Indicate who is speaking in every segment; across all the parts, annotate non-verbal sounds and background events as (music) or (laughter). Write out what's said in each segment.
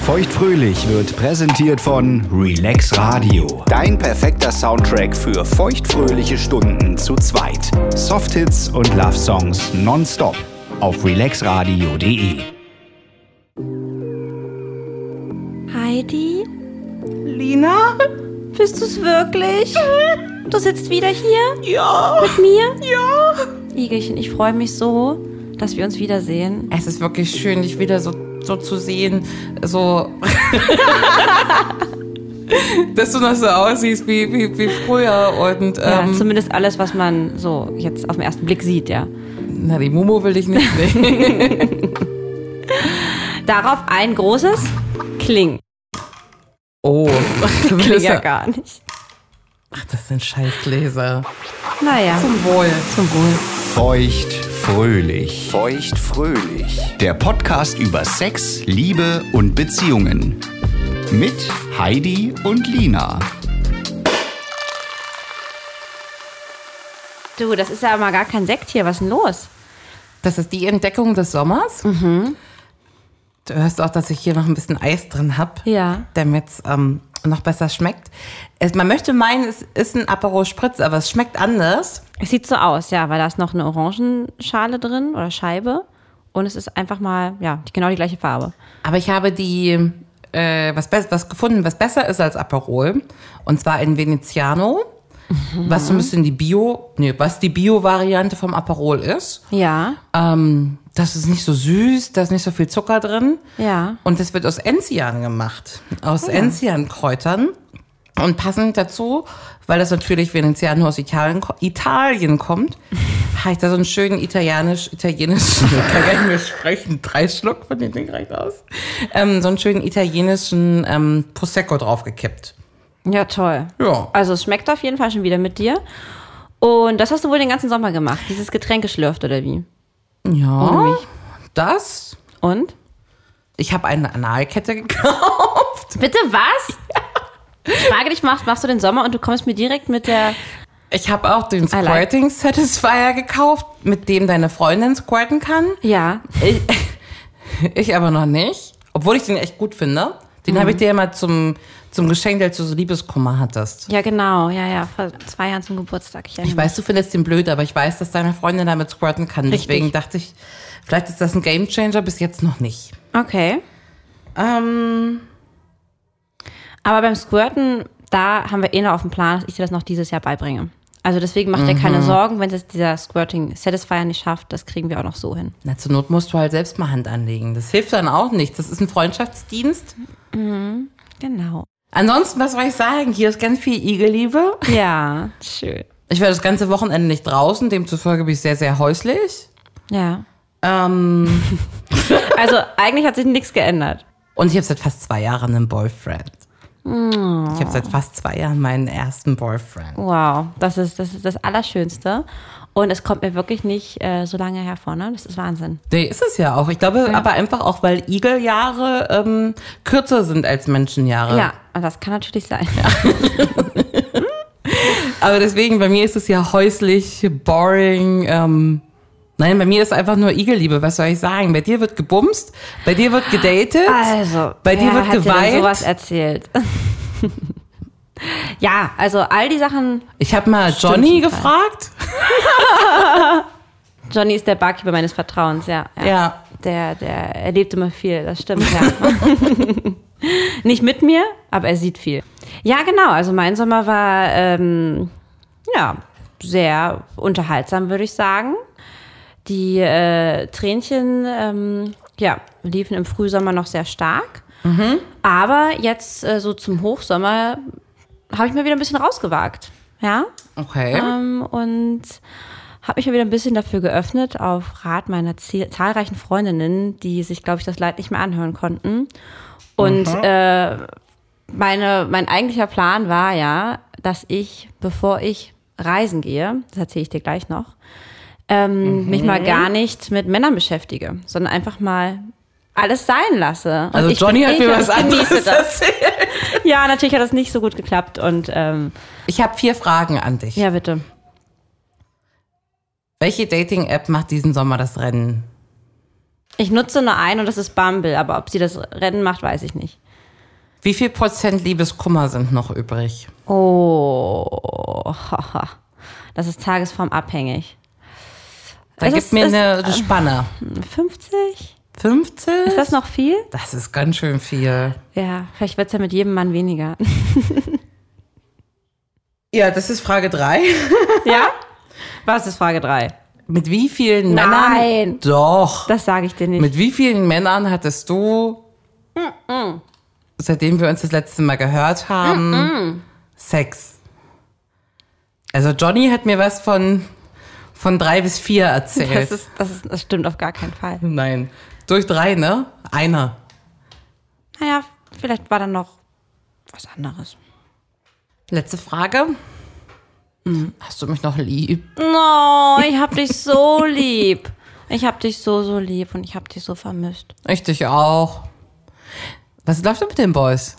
Speaker 1: Feuchtfröhlich wird präsentiert von Relax Radio. Dein perfekter Soundtrack für feuchtfröhliche Stunden zu zweit. Softhits und Love Songs nonstop auf relaxradio.de.
Speaker 2: Heidi,
Speaker 3: Lina?
Speaker 2: bist du's
Speaker 3: (laughs)
Speaker 2: wirklich? Du sitzt wieder hier
Speaker 3: Ja.
Speaker 2: mit mir?
Speaker 3: Ja.
Speaker 2: Igelchen, ich freue mich so, dass wir uns wiedersehen.
Speaker 3: Es ist wirklich schön, dich wieder so, so zu sehen. So. (laughs) Dass du noch so aussiehst wie, wie, wie früher. Und
Speaker 2: Ja,
Speaker 3: ähm,
Speaker 2: zumindest alles, was man so jetzt auf den ersten Blick sieht, ja.
Speaker 3: na, die Momo will ich nicht sehen.
Speaker 2: Darauf ein großes Kling.
Speaker 3: (laughs) Oh, (laughs) du
Speaker 2: Klingt
Speaker 3: willst
Speaker 2: ja
Speaker 3: ja,
Speaker 2: gar nicht.
Speaker 3: ach, das sind Scheißgläser.
Speaker 2: Naja,
Speaker 3: Zum Wohl.
Speaker 2: zum Wohl.
Speaker 1: Feuchtfröhlich. Feuchtfröhlich. Der Podcast über Sex, Liebe und Beziehungen. Mit Heidi und Lina.
Speaker 2: Du, das ist ja mal gar kein Sekt hier. Was ist denn los?
Speaker 3: Das ist die Entdeckung des Sommers. Mhm. Du hörst auch, dass ich hier noch ein bisschen Eis drin hab.
Speaker 2: Ja.
Speaker 3: damit es ähm, noch besser schmeckt. Es, man möchte meinen, es ist ein Aperol Spritz, aber es schmeckt anders.
Speaker 2: Es sieht so aus, ja, weil da ist noch eine Orangenschale drin oder Scheibe. Und es ist einfach mal, ja, die- genau die gleiche Farbe.
Speaker 3: Aber ich habe die äh, was, bes- was gefunden, was besser ist als Aperol. Und zwar in Veneziano, was so ein bisschen die Bio, nee, was die Bio-Variante vom Aperol ist.
Speaker 2: Ja,
Speaker 3: Ähm, das ist nicht so süß, da ist nicht so viel Zucker drin.
Speaker 2: ja.
Speaker 3: Und das wird aus Enzian gemacht. Aus Enziankräutern. Und passend dazu, weil das natürlich Veneziano aus Italien, ko- Italien kommt, habe ich da so einen schönen italienisch, italienischen, ich kann gar nicht mehr sprechen, drei Schluck von dem Ding reicht aus, ähm, so einen schönen italienischen ähm, Prosecco draufgekippt.
Speaker 2: Ja, toll.
Speaker 3: Ja.
Speaker 2: Also es schmeckt auf jeden Fall schon wieder mit dir. Und das hast du wohl den ganzen Sommer gemacht, dieses Getränk geschlürft oder wie?
Speaker 3: Ja, Oh, das.
Speaker 2: Und?
Speaker 3: Ich habe eine Analkette gekauft.
Speaker 2: Bitte (laughs) was? Ich frage dich, machst, machst du den Sommer und du kommst mir direkt mit der...
Speaker 3: Ich habe auch den
Speaker 2: like.
Speaker 3: Squirting Satisfier gekauft, mit dem deine Freundin squirten kann.
Speaker 2: Ja,
Speaker 3: Ich, ich aber noch nicht. Obwohl ich den echt gut finde. Den habe ich dir ja mal zum, zum Geschenk, als du so Liebeskummer hattest.
Speaker 2: ja genau, ja, ja, vor zwei Jahren zum Geburtstag. Ich,
Speaker 3: Ich weiß, du findest den blöd, aber ich weiß, dass deine Freundin damit squirten kann.
Speaker 2: Richtig.
Speaker 3: Deswegen dachte ich, vielleicht ist das ein Game Changer, bis jetzt noch nicht.
Speaker 2: Okay.
Speaker 3: Ähm,
Speaker 2: Aber beim Squirten, da haben wir eh noch auf dem Plan, dass ich dir das noch dieses Jahr beibringe. Also deswegen macht dir keine Sorgen, wenn es dieser Squirting Satisfier nicht schafft, das kriegen wir auch noch so hin.
Speaker 3: na, zur Not musst du halt selbst mal Hand anlegen. Das hilft dann auch nicht. Das ist ein Freundschaftsdienst.
Speaker 2: Genau.
Speaker 3: Ansonsten, was soll ich sagen? Hier ist ganz viel Igelliebe.
Speaker 2: Ja, schön.
Speaker 3: Ich war das ganze Wochenende nicht draußen, demzufolge bin ich sehr, sehr häuslich.
Speaker 2: Ja.
Speaker 3: Ähm,
Speaker 2: Also eigentlich hat sich nichts geändert.
Speaker 3: Und ich habe seit fast zwei Jahren einen Boyfriend. Ich habe seit fast zwei Jahren meinen ersten Boyfriend.
Speaker 2: Wow, das ist das, ist das Allerschönste. Und es kommt mir wirklich nicht äh, so lange hervor, ne? Das ist Wahnsinn.
Speaker 3: Nee, ist es ja auch. Ich glaube aber einfach auch, weil Igeljahre ähm, kürzer sind als Menschenjahre.
Speaker 2: Ja, und das kann natürlich
Speaker 3: (laughs)
Speaker 2: sein.
Speaker 3: Aber deswegen, bei mir ist es ja häuslich, boring. Ähm, nein, bei mir ist einfach nur Igelliebe. Was soll ich sagen? Bei dir wird gebumst, bei dir wird gedatet.
Speaker 2: Also,
Speaker 3: Bei dir
Speaker 2: wer
Speaker 3: wird
Speaker 2: hat dir denn
Speaker 3: geweint?
Speaker 2: sowas erzählt. (laughs) ja, also all die Sachen.
Speaker 3: Ich habe mal
Speaker 2: Stimmt
Speaker 3: Johnny
Speaker 2: zum Teil.
Speaker 3: gefragt.
Speaker 2: Johnny ist der Barkeeper meines Vertrauens, ja.
Speaker 3: Ja.
Speaker 2: Der, der erlebt immer viel, das stimmt, ja. (laughs) Nicht mit mir, aber er sieht viel. Ja, genau. Also mein Sommer war ähm, ja sehr unterhaltsam, würde ich sagen. Die äh, Tränchen ähm, ja, liefen im Frühsommer noch sehr stark. Aber jetzt äh, so zum Hochsommer habe ich mir wieder ein bisschen rausgewagt. Ja,
Speaker 3: Okay.
Speaker 2: ähm, und habe mich ja wieder ein bisschen dafür geöffnet, auf Rat meiner zie- zahlreichen Freundinnen, die sich, glaube ich, das Leid nicht mehr anhören konnten. Und äh, meine, mein eigentlicher Plan war ja, dass ich, bevor ich reisen gehe, das erzähle ich dir gleich noch,
Speaker 3: Mhm.
Speaker 2: ähm, mich mal gar nicht mit Männern beschäftige, sondern einfach mal alles sein lasse. Und
Speaker 3: also
Speaker 2: ich
Speaker 3: Johnny
Speaker 2: bin
Speaker 3: hat
Speaker 2: ich
Speaker 3: mir
Speaker 2: und
Speaker 3: was
Speaker 2: ich genieße
Speaker 3: anderes (laughs)
Speaker 2: Das.
Speaker 3: erzählt.
Speaker 2: Ja, natürlich hat das nicht so gut geklappt. Und ähm,
Speaker 3: Ich habe vier Fragen an dich.
Speaker 2: ja, bitte.
Speaker 3: Welche Dating-App macht diesen Sommer das Rennen?
Speaker 2: Ich nutze nur einen und das ist Bumble, aber ob sie das Rennen macht, weiß ich nicht.
Speaker 3: Wie viel Prozent Liebeskummer sind noch übrig?
Speaker 2: Oh, (laughs) haha. das ist tagesformabhängig.
Speaker 3: Da
Speaker 2: Es
Speaker 3: gibt
Speaker 2: ist- äh,
Speaker 3: mir
Speaker 2: es-
Speaker 3: eine, eine Spanne.
Speaker 2: 50?
Speaker 3: 50?
Speaker 2: Ist das noch viel?
Speaker 3: Das ist ganz schön viel.
Speaker 2: Ja, vielleicht wird es ja mit jedem Mann weniger.
Speaker 3: Ja, das ist Frage 3.
Speaker 2: (laughs) ja? Was ist Frage 3?
Speaker 3: Mit wie vielen Männern?
Speaker 2: Nein.
Speaker 3: Doch.
Speaker 2: Das sage ich dir nicht.
Speaker 3: Mit wie vielen Männern hattest du, seitdem wir uns das letzte Mal gehört haben, Sex? Also Johnny hat mir was von, von drei bis vier erzählt.
Speaker 2: das, ist, das, ist, das stimmt auf gar keinen Fall.
Speaker 3: Nein. Durch drei, ne? Einer.
Speaker 2: Naja, vielleicht war dann noch was anderes.
Speaker 3: Letzte Frage. Hm, Hast du mich noch lieb?
Speaker 2: No, ich hab dich (laughs) so lieb. Ich hab dich so, so lieb und ich hab dich so vermisst.
Speaker 3: Ich dich auch. Was läuft denn mit den Boys?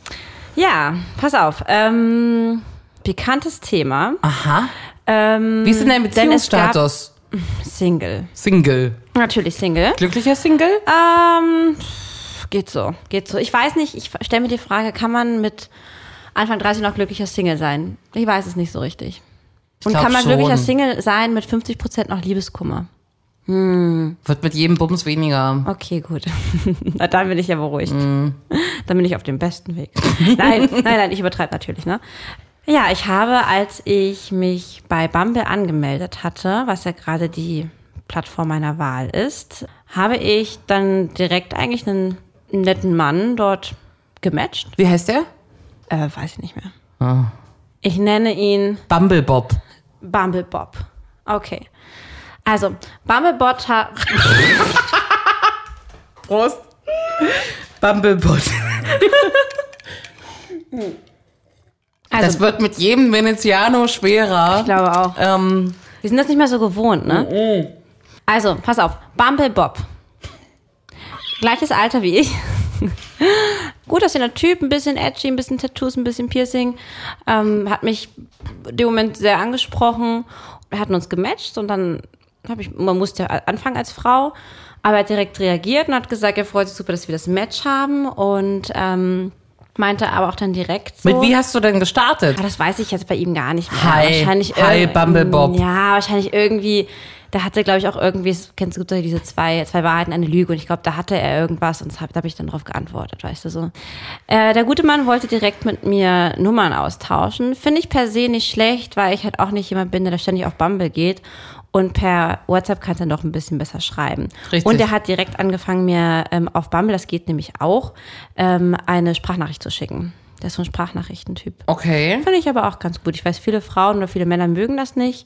Speaker 2: Ja, pass auf. Ähm, pikantes Thema.
Speaker 3: Aha.
Speaker 2: Ähm,
Speaker 3: Wie ist denn dein
Speaker 2: denn es gab-
Speaker 3: Beziehungsstatus?
Speaker 2: Single.
Speaker 3: Single. Ah.
Speaker 2: Natürlich Single.
Speaker 3: Glücklicher Single?
Speaker 2: Ähm, pff, geht so, geht so. Ich weiß nicht, ich stelle mir die Frage, kann man mit Anfang 30 noch glücklicher Single sein? Ich weiß es nicht so richtig. Und
Speaker 3: glaub
Speaker 2: kann man
Speaker 3: schon.
Speaker 2: glücklicher Single sein mit 50% noch Liebeskummer?
Speaker 3: Wird mit jedem Bums weniger.
Speaker 2: Okay, gut. (laughs) Na, dann bin ich ja beruhigt. (laughs) Dann bin ich auf dem besten Weg. Nein, nein, nein, ich übertreibe natürlich, ne? Ja, ich habe, als ich mich bei Bumble angemeldet hatte, was ja gerade die Plattform meiner Wahl ist, habe ich dann direkt eigentlich einen netten Mann dort gematcht.
Speaker 3: Wie heißt der?
Speaker 2: Äh, weiß ich nicht mehr.
Speaker 3: Ah.
Speaker 2: Ich nenne ihn
Speaker 3: Bumblebob.
Speaker 2: Bumble Bob. Okay. Also, Bumblebot hat.
Speaker 3: Prost. Bumblebot. das
Speaker 2: Also,
Speaker 3: wird mit jedem Veneziano schwerer.
Speaker 2: ich glaube auch.
Speaker 3: Ähm,
Speaker 2: Wir sind das nicht mehr so gewohnt, ne?
Speaker 3: Mm.
Speaker 2: Also, pass auf. Bumble Bob. Gleiches Alter wie ich. (laughs) Gut aussehender Typ, ein bisschen edgy, ein bisschen Tattoos, ein bisschen Piercing. Ähm, hat mich in dem Moment sehr angesprochen. Wir hatten uns gematcht und dann habe ich, man musste ja anfangen als Frau, aber er hat direkt reagiert und hat gesagt, er freut sich super, dass wir das Match haben und ähm, meinte aber auch dann direkt so.
Speaker 3: mit wie hast du denn gestartet?
Speaker 2: Aber Ah, das weiß ich jetzt bei ihm gar nicht mehr.
Speaker 3: Halt. Hi.
Speaker 2: wahrscheinlich
Speaker 3: Hi,
Speaker 2: irgend-
Speaker 3: Bumblebob.
Speaker 2: Ja, wahrscheinlich irgendwie. Da hatte, glaube ich, auch irgendwie, es- kennst du diese zwei, zwei Wahrheiten, eine Lüge. Und ich glaube, da hatte er irgendwas und das hab- da habe ich dann drauf geantwortet, weißt du so. Äh, der gute Mann wollte direkt mit mir Nummern austauschen. Finde ich per se nicht schlecht, weil ich halt auch nicht jemand bin, der da ständig auf Bumble geht. Und per WhatsApp kannst du dann doch ein bisschen besser schreiben.
Speaker 3: Richtig.
Speaker 2: Und der hat direkt angefangen, mir ähm, auf Bumble, das geht nämlich auch, ähm, eine Sprachnachricht zu schicken. Der ist so ein Sprachnachrichtentyp.
Speaker 3: Okay.
Speaker 2: Finde ich aber auch ganz gut. Ich weiß, viele Frauen oder viele Männer mögen das nicht.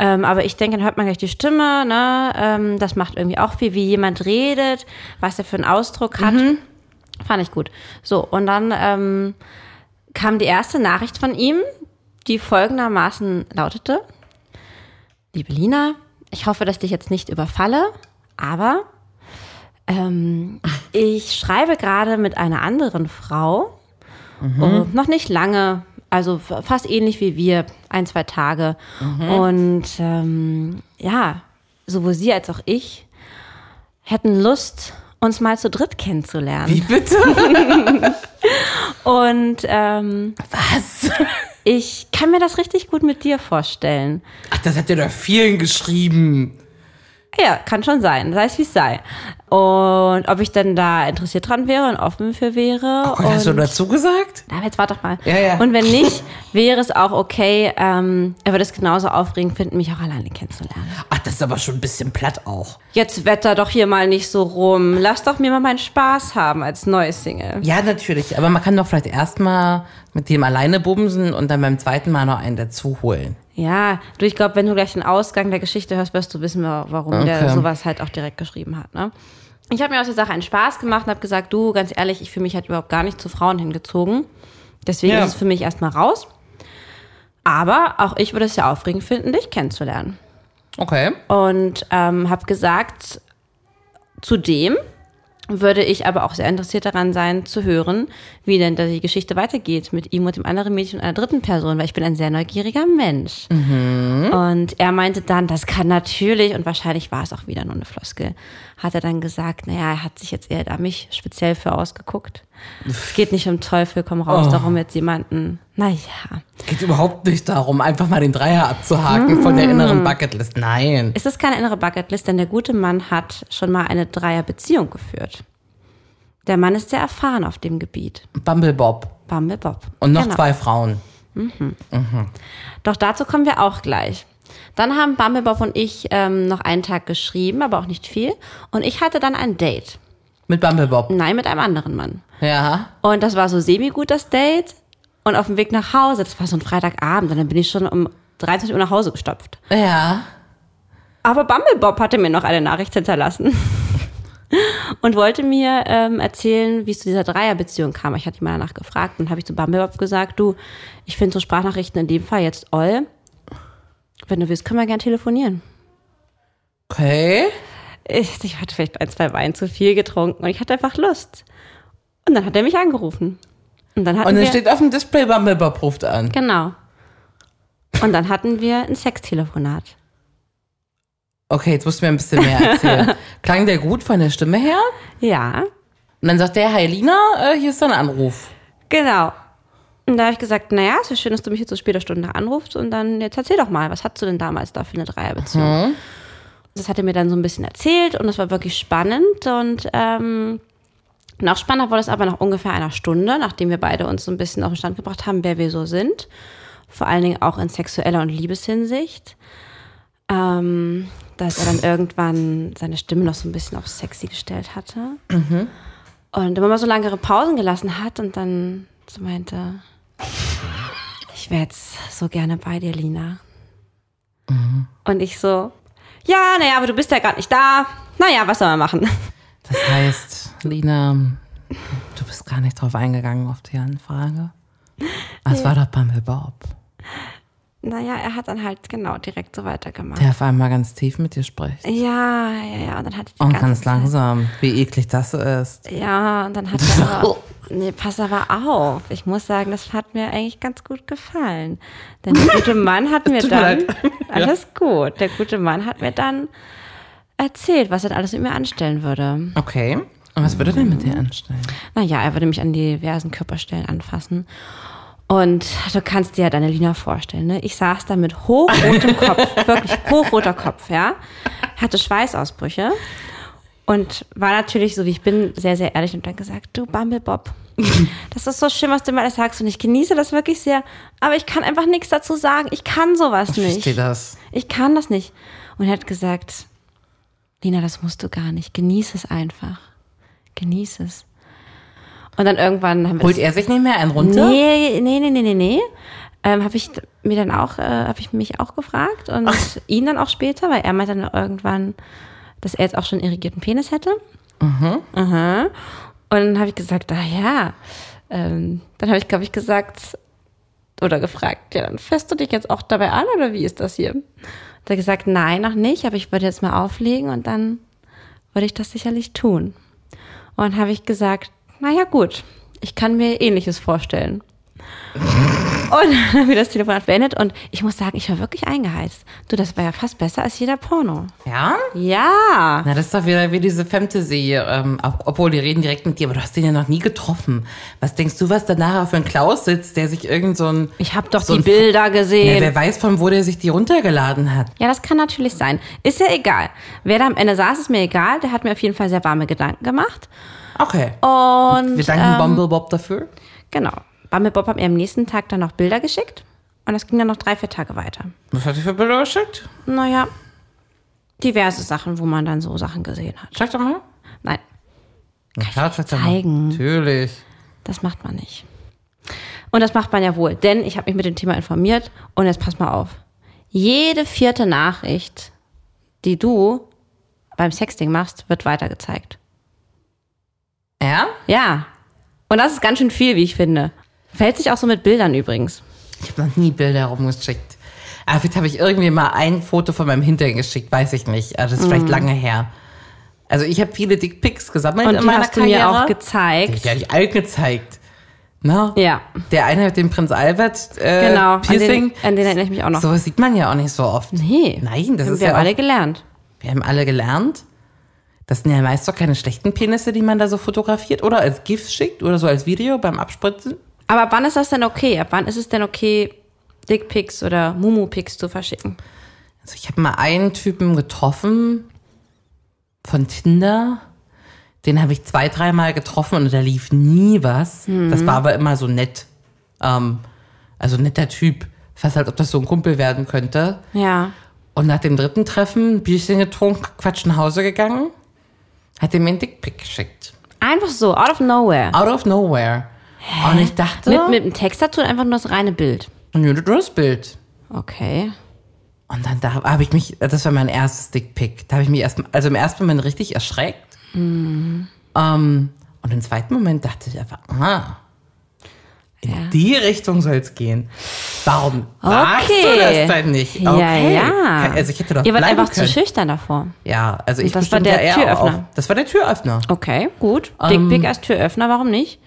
Speaker 2: Ähm, aber ich denke, dann hört man gleich die Stimme. Ne? Ähm, das macht irgendwie auch viel, wie jemand redet, was er für einen Ausdruck hat. Fand ich gut. So, und dann ähm, kam die erste Nachricht von ihm, die folgendermaßen lautete. Liebe Lina, ich hoffe, dass ich dich jetzt nicht überfalle, aber ähm, ich schreibe gerade mit einer anderen Frau, Oh, noch nicht lange, also f- fast ähnlich wie wir, ein, zwei Tage. Und ähm, ja, sowohl sie als auch ich hätten Lust, uns mal zu dritt kennenzulernen.
Speaker 3: Wie bitte?
Speaker 2: Und ähm,
Speaker 3: Was? (laughs)
Speaker 2: ich kann mir das richtig gut mit dir vorstellen.
Speaker 3: Ach, das hat ja doch vielen geschrieben.
Speaker 2: Ja, kann schon sein, sei es wie es sei. Und ob ich denn da interessiert dran wäre und offen für wäre.
Speaker 3: Oh Gott, hast du
Speaker 2: und
Speaker 3: dazu gesagt?
Speaker 2: Na, aber jetzt warte doch mal.
Speaker 3: Ja, ja.
Speaker 2: Und wenn nicht, wäre es auch okay. Ähm, er würde es genauso aufregend finden, mich auch alleine kennenzulernen.
Speaker 3: Ach, das ist aber schon ein bisschen platt auch.
Speaker 2: Jetzt wetter doch hier mal nicht so rum. Lass doch mir mal meinen Spaß haben als neue Single.
Speaker 3: Ja, natürlich. Aber man kann doch vielleicht erstmal mit dem alleine bumsen und dann beim zweiten Mal noch einen dazu holen.
Speaker 2: Ja, du, ich glaube, wenn du gleich den Ausgang der Geschichte hörst, wirst du wissen, wa- warum der
Speaker 3: Okay.
Speaker 2: sowas halt auch direkt geschrieben hat. Ne? Ich habe mir aus der Sache einen Spaß gemacht und habe gesagt, du, ganz ehrlich, ich fühle mich halt überhaupt gar nicht zu Frauen hingezogen. Deswegen
Speaker 3: Ja.
Speaker 2: ist es für mich erstmal raus. Aber auch ich würde es ja aufregend finden, dich kennenzulernen.
Speaker 3: Okay.
Speaker 2: und ähm, habe gesagt, zudem würde ich aber auch sehr interessiert daran sein, zu hören, wie denn da die Geschichte weitergeht mit ihm und dem anderen Mädchen und einer dritten Person, weil ich bin ein sehr neugieriger Mensch. Und er meinte dann, das kann natürlich, und wahrscheinlich war es auch wieder nur eine Floskel, hat er dann gesagt, naja, er hat sich jetzt eher da mich speziell für ausgeguckt. Es geht nicht um Teufel, komm raus, darum jetzt jemanden, naja.
Speaker 3: Geht überhaupt nicht darum, einfach mal den Dreier abzuhaken von der inneren Bucketlist. Nein.
Speaker 2: Es ist keine innere Bucketlist, denn der gute Mann hat schon mal eine Dreierbeziehung geführt. Der Mann ist sehr erfahren auf dem Gebiet.
Speaker 3: Bumblebob.
Speaker 2: Bumble Bob.
Speaker 3: Und noch
Speaker 2: Genau.
Speaker 3: zwei Frauen.
Speaker 2: Doch dazu kommen wir auch gleich. Dann haben Bumble Bob und ich ähm, noch einen Tag geschrieben, aber auch nicht viel. Und ich hatte dann ein Date.
Speaker 3: Mit Bumblebob.
Speaker 2: Nein, mit einem anderen Mann.
Speaker 3: Ja.
Speaker 2: Und das war so semi-gut, das Date. Und auf dem Weg nach Hause, das war so ein Freitagabend, und dann bin ich schon um 23 Uhr nach Hause gestopft.
Speaker 3: Ja.
Speaker 2: Aber Bumblebob hatte mir noch eine Nachricht
Speaker 3: (laughs)
Speaker 2: hinterlassen. Und wollte mir ähm, erzählen, wie es zu dieser Dreierbeziehung kam. Ich hatte ihn mal danach gefragt und habe ich zu Bumblebob gesagt, du, ich finde so Sprachnachrichten in dem Fall jetzt all. Wenn du willst, können wir gerne telefonieren.
Speaker 3: Okay.
Speaker 2: Ich, ich hatte vielleicht ein, zwei Wein zu viel getrunken und ich hatte einfach Lust. Und dann hat er mich angerufen. Und dann hatten
Speaker 3: Und dann
Speaker 2: wir,
Speaker 3: steht auf dem Display Bumblebob ruft an.
Speaker 2: genau. Und dann hatten wir ein Sextelefonat.
Speaker 3: Okay, jetzt musst du mir ein bisschen mehr (laughs) erzählen. Klang der gut von der Stimme her?
Speaker 2: Ja,
Speaker 3: Und dann sagt der, hi Lina, äh, hier ist dein Anruf.
Speaker 2: genau. Und da habe ich gesagt, naja, es ist ja schön, dass du mich jetzt so später Stunde anrufst und dann jetzt erzähl doch mal, was hattest du denn damals da für eine Dreierbeziehung? Das hat er mir dann so ein bisschen erzählt und das war wirklich spannend und ähm, noch spannender wurde es aber nach ungefähr einer Stunde, nachdem wir beide uns so ein bisschen auf den Stand gebracht haben, wer wir so sind. Vor allen Dingen auch in sexueller und Liebeshinsicht. Ähm, dass er dann irgendwann seine Stimme noch so ein bisschen auf sexy gestellt hatte. Und immer mal so langere Pausen gelassen hat und dann so meinte, ich wäre jetzt so gerne bei dir, Lina.
Speaker 3: Mhm.
Speaker 2: Und ich so, ja, naja, aber du bist ja gerade nicht da. Naja, was soll man machen?
Speaker 3: Das heißt, Lina, du bist gar nicht drauf eingegangen auf die Anfrage. Was war doch Bumblebob?
Speaker 2: Naja, er hat dann halt genau direkt so weitergemacht.
Speaker 3: Der auf einmal ganz tief mit dir spricht.
Speaker 2: Ja, ja, ja. Und dann hatte ich die
Speaker 3: Und
Speaker 2: ganze
Speaker 3: ganz
Speaker 2: Zeit-
Speaker 3: langsam, wie eklig das ist.
Speaker 2: Ja, und dann hat er
Speaker 3: (laughs)
Speaker 2: aber, nee, pass aber auf. Ich muss sagen, das hat mir eigentlich ganz gut gefallen. Denn der
Speaker 3: (laughs)
Speaker 2: gute Mann hat mir
Speaker 3: Tut mir
Speaker 2: dann, (laughs)
Speaker 3: leid.
Speaker 2: alles gut, der gute Mann hat mir dann erzählt, was er denn alles mit mir anstellen würde.
Speaker 3: Okay. Und was würde er denn mit dir anstellen?
Speaker 2: Naja, er würde mich an diversen Körperstellen anfassen. Und du kannst dir ja deine Lina vorstellen, ne? Ich saß da mit hochrotem Kopf,
Speaker 3: (laughs)
Speaker 2: wirklich hochroter Kopf, ja? Hatte Schweißausbrüche und war natürlich, so wie ich bin, sehr, sehr ehrlich und dann gesagt, du Bumblebob, das ist so schön, was du immer alles sagst und ich genieße das wirklich sehr, aber ich kann einfach nichts dazu sagen. Ich kann sowas
Speaker 3: Ich
Speaker 2: nicht.
Speaker 3: verstehe das.
Speaker 2: Ich kann das nicht. Und er hat gesagt, Lina, das musst du gar nicht. Genieß es einfach. Genieß es. Und dann irgendwann haben wir
Speaker 3: Holt
Speaker 2: das-
Speaker 3: er sich nicht mehr einen runter?
Speaker 2: Nee, nee, nee, nee, nee, nee. Ähm, habe ich mir dann auch, äh, habe ich mich auch gefragt und ihn dann auch später, weil er meinte dann irgendwann, dass er jetzt auch schon einen irrigierten Penis hätte. Aha. Und dann habe ich gesagt, ah ja. Ähm, dann habe ich, glaube ich, gesagt oder gefragt, ja, dann fährst du dich jetzt auch dabei an oder wie ist das hier? Und er hat gesagt, nein, noch nicht, aber ich würde jetzt mal auflegen und dann würde ich das sicherlich tun. Und habe ich gesagt, naja gut, ich kann mir ähnliches vorstellen. Und dann haben wir das Telefonat beendet und ich muss sagen, ich war wirklich eingeheizt. Du, das war ja fast besser als jeder Porno.
Speaker 3: Ja?
Speaker 2: Ja.
Speaker 3: Na, das ist doch wieder wie diese Fantasy, ähm, ob- obwohl die reden direkt mit dir, aber du hast den ja noch nie getroffen. Was denkst du, was da nachher für ein Klaus sitzt, der sich irgend so ein...
Speaker 2: Ich habe doch
Speaker 3: so
Speaker 2: die
Speaker 3: ein-
Speaker 2: Bilder
Speaker 3: Ja,
Speaker 2: gesehen.
Speaker 3: wer weiß, von wo der sich die runtergeladen hat.
Speaker 2: Ja, das kann natürlich sein. Ist ja egal. Wer da am Ende saß, ist mir egal. Der hat mir auf jeden Fall sehr warme Gedanken gemacht.
Speaker 3: Okay.
Speaker 2: Und ähm,
Speaker 3: Wir danken Bumblebob dafür.
Speaker 2: genau. Bumble Bob hat mir am nächsten Tag dann noch Bilder geschickt. Und das ging dann noch drei, vier Tage weiter.
Speaker 3: Was hat er für Bilder geschickt?
Speaker 2: Naja, diverse Sachen, wo man dann so Sachen gesehen hat.
Speaker 3: Sag doch mal.
Speaker 2: Nein,
Speaker 3: Kann ich
Speaker 2: zeigen.
Speaker 3: Natürlich.
Speaker 2: das macht man nicht. Und das macht man ja wohl, denn ich habe mich mit dem Thema informiert und jetzt pass mal auf. Jede vierte Nachricht, die du beim Sexting machst, wird weitergezeigt.
Speaker 3: Ja?
Speaker 2: Ja. Und das ist ganz schön viel, wie ich finde. Fällt sich auch so mit Bildern übrigens.
Speaker 3: Ich habe noch nie Bilder rumgeschickt.
Speaker 2: Mhm.
Speaker 3: Aber vielleicht habe ich irgendwie mal ein Foto von meinem Hintern geschickt, weiß ich nicht. Also das ist vielleicht lange her. Also ich habe viele Dickpics gesammelt
Speaker 2: Und
Speaker 3: in
Speaker 2: die
Speaker 3: meiner
Speaker 2: hast du
Speaker 3: Karriere.
Speaker 2: mir auch
Speaker 3: Die
Speaker 2: gezeigt.
Speaker 3: habe ich allen gezeigt. Na?
Speaker 2: Ja.
Speaker 3: Der eine hat den Prinz Albert äh,
Speaker 2: Genau, an den-
Speaker 3: Piercing.
Speaker 2: an den erinnere ich mich auch noch.
Speaker 3: Sowas sieht man ja auch nicht so oft.
Speaker 2: Nee.
Speaker 3: Nein, das
Speaker 2: haben
Speaker 3: ist
Speaker 2: wir
Speaker 3: ja auch-
Speaker 2: alle gelernt.
Speaker 3: Wir haben alle gelernt, das sind ja meist doch keine schlechten Penisse, die man da so fotografiert oder als GIF schickt oder so als Video beim Abspritzen.
Speaker 2: Aber ab wann ist das denn okay? Ab wann ist es denn okay, Dickpics oder Mumu-Pics zu verschicken?
Speaker 3: Also ich habe mal einen Typen getroffen von Tinder. Den habe ich zwei, dreimal getroffen und da lief nie was. Das war aber immer so nett. Ähm, also netter Typ. Fast halt, ob das so ein Kumpel werden könnte.
Speaker 2: Ja.
Speaker 3: Und nach dem dritten Treffen, ein Bierchen getrunken, Quatsch nach Hause gegangen, hat er mir einen Dickpick geschickt.
Speaker 2: Einfach so, out of nowhere. Also
Speaker 3: Out of nowhere. Und ich dachte,
Speaker 2: Mit, mit dem Text dazu und einfach nur das reine Bild.
Speaker 3: ein nudes Bild.
Speaker 2: Okay.
Speaker 3: Und dann da habe ich mich, das war mein erstes Dickpick. Da habe ich mich erst, also im ersten Moment richtig erschreckt.
Speaker 2: Mhm.
Speaker 3: Ähm, und im zweiten Moment dachte ich einfach, ah, in die Richtung soll es gehen. Warum sagst du
Speaker 2: Okay.
Speaker 3: das denn nicht?
Speaker 2: Ja, ja.
Speaker 3: Also ich hätte doch
Speaker 2: Ihr wart
Speaker 3: bleiben
Speaker 2: einfach
Speaker 3: können.
Speaker 2: zu schüchtern davor.
Speaker 3: Ja, also ich
Speaker 2: das war
Speaker 3: bestimmt
Speaker 2: der
Speaker 3: ja eher
Speaker 2: Türöffner. Oh.
Speaker 3: Auf, das war der Türöffner.
Speaker 2: Okay, gut.
Speaker 3: Ähm.
Speaker 2: Dickpic als Türöffner, warum nicht?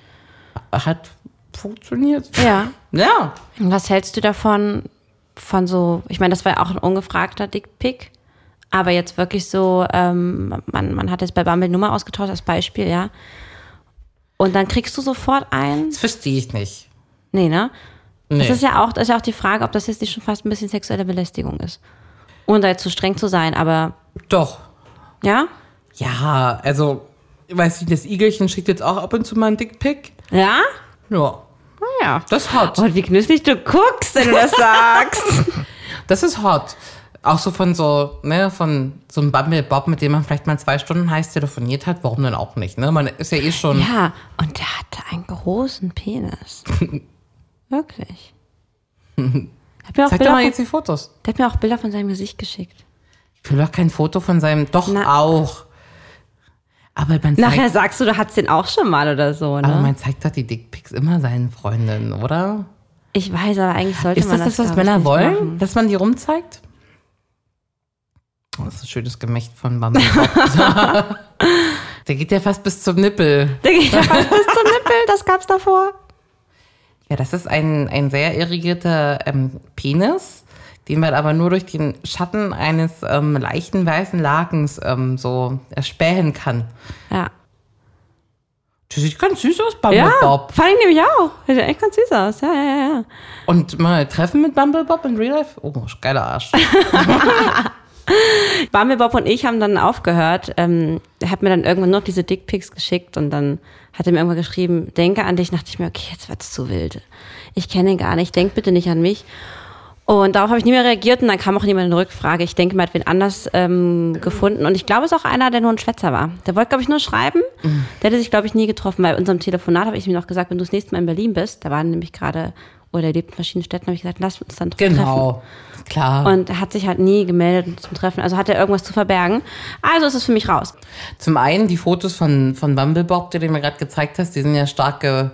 Speaker 3: Hat funktioniert.
Speaker 2: Ja.
Speaker 3: Ja.
Speaker 2: Und Was hältst du davon, von so, ich meine, das war ja auch ein ungefragter Dickpick, aber jetzt wirklich so, ähm, man, man hat jetzt bei Bumble Nummer ausgetauscht als Beispiel, ja. Und dann kriegst du sofort einen.
Speaker 3: Das verstehe ich nicht.
Speaker 2: Nee, ne?
Speaker 3: Nee.
Speaker 2: Das ist ja auch, das ist ja auch die Frage, ob das jetzt nicht schon fast ein bisschen sexuelle Belästigung ist. Ohne da jetzt zu streng zu sein, aber
Speaker 3: Doch.
Speaker 2: ja?
Speaker 3: Ja, also, weiß ich, das Igelchen schickt jetzt auch ab und zu mal einen Dickpick.
Speaker 2: Ja?
Speaker 3: Ja,
Speaker 2: Ja.
Speaker 3: das ist hot.
Speaker 2: Und wie genüsslich du guckst, wenn du (laughs) das sagst.
Speaker 3: Das ist hot. Auch so von so, ne, von so einem Bumble Bob, mit dem man vielleicht mal zwei Stunden heiß telefoniert hat, warum denn auch nicht, ne? Man ist ja eh schon.
Speaker 2: ja, und der hatte einen großen Penis. (laughs) Wirklich. Hat mir auch
Speaker 3: Zeig doch
Speaker 2: Bilder
Speaker 3: mal
Speaker 2: von,
Speaker 3: jetzt die Fotos.
Speaker 2: der hat mir auch Bilder von seinem Gesicht geschickt.
Speaker 3: Ich will doch kein Foto von seinem. Doch
Speaker 2: Na.
Speaker 3: auch. Aber man zeigt,
Speaker 2: Nachher sagst du, du hattest den auch schon mal oder so,
Speaker 3: aber
Speaker 2: ne?
Speaker 3: man zeigt doch die Dickpics immer seinen Freundinnen, oder?
Speaker 2: Ich weiß, aber eigentlich sollte
Speaker 3: Ist
Speaker 2: man
Speaker 3: das
Speaker 2: das
Speaker 3: das, was
Speaker 2: glaub ich,
Speaker 3: Männer
Speaker 2: nicht
Speaker 3: wollen?
Speaker 2: machen.
Speaker 3: Dass man die rumzeigt? Oh, das ist ein schönes Gemächt von Bumble Bob. (laughs) Der geht ja fast bis zum Nippel.
Speaker 2: (laughs) Der geht ja fast bis zum Nippel, das gab's davor.
Speaker 3: Ja, das ist ein, ein sehr irrigierter ähm, Penis, den man aber nur durch den Schatten eines ähm, leichten weißen Lakens ähm, so erspähen kann.
Speaker 2: Ja.
Speaker 3: Das sieht ganz süß aus, Bumble
Speaker 2: Ja,
Speaker 3: Bob.
Speaker 2: fand ich nämlich auch. Sieht ja echt ganz süß aus. Ja, ja, ja.
Speaker 3: Und mal treffen mit Bumble Bob in Real Life? Oh, geiler (laughs) Arsch.
Speaker 2: Bumble Bob und ich haben dann aufgehört. Ähm, er hat mir dann irgendwann noch diese Dickpics geschickt und dann hat er mir irgendwann geschrieben, denke an dich. Dachte ich mir, okay, jetzt wird's zu wild. Ich kenne ihn gar nicht, denk bitte nicht an mich. Und darauf habe ich nie mehr reagiert und dann kam auch niemand eine Rückfrage. Ich denke, man hat wen anders ähm, gefunden. Und ich glaube, es ist auch einer, der nur ein Schwätzer war. Der wollte, glaube ich, nur schreiben. Der hätte sich, glaube ich, nie getroffen. Bei unserem Telefonat habe ich ihm noch gesagt, wenn du das nächste Mal in Berlin bist, da waren nämlich gerade, oder er lebt in verschiedenen Städten, habe ich gesagt, lass uns dann treffen.
Speaker 3: Genau. Klar.
Speaker 2: Und er hat sich halt nie gemeldet zum Treffen. Also hat er irgendwas zu verbergen. Also ist es für mich raus.
Speaker 3: Zum einen die Fotos von, von Bumble Bob, die du mir gerade gezeigt hast, die sind ja stark ge,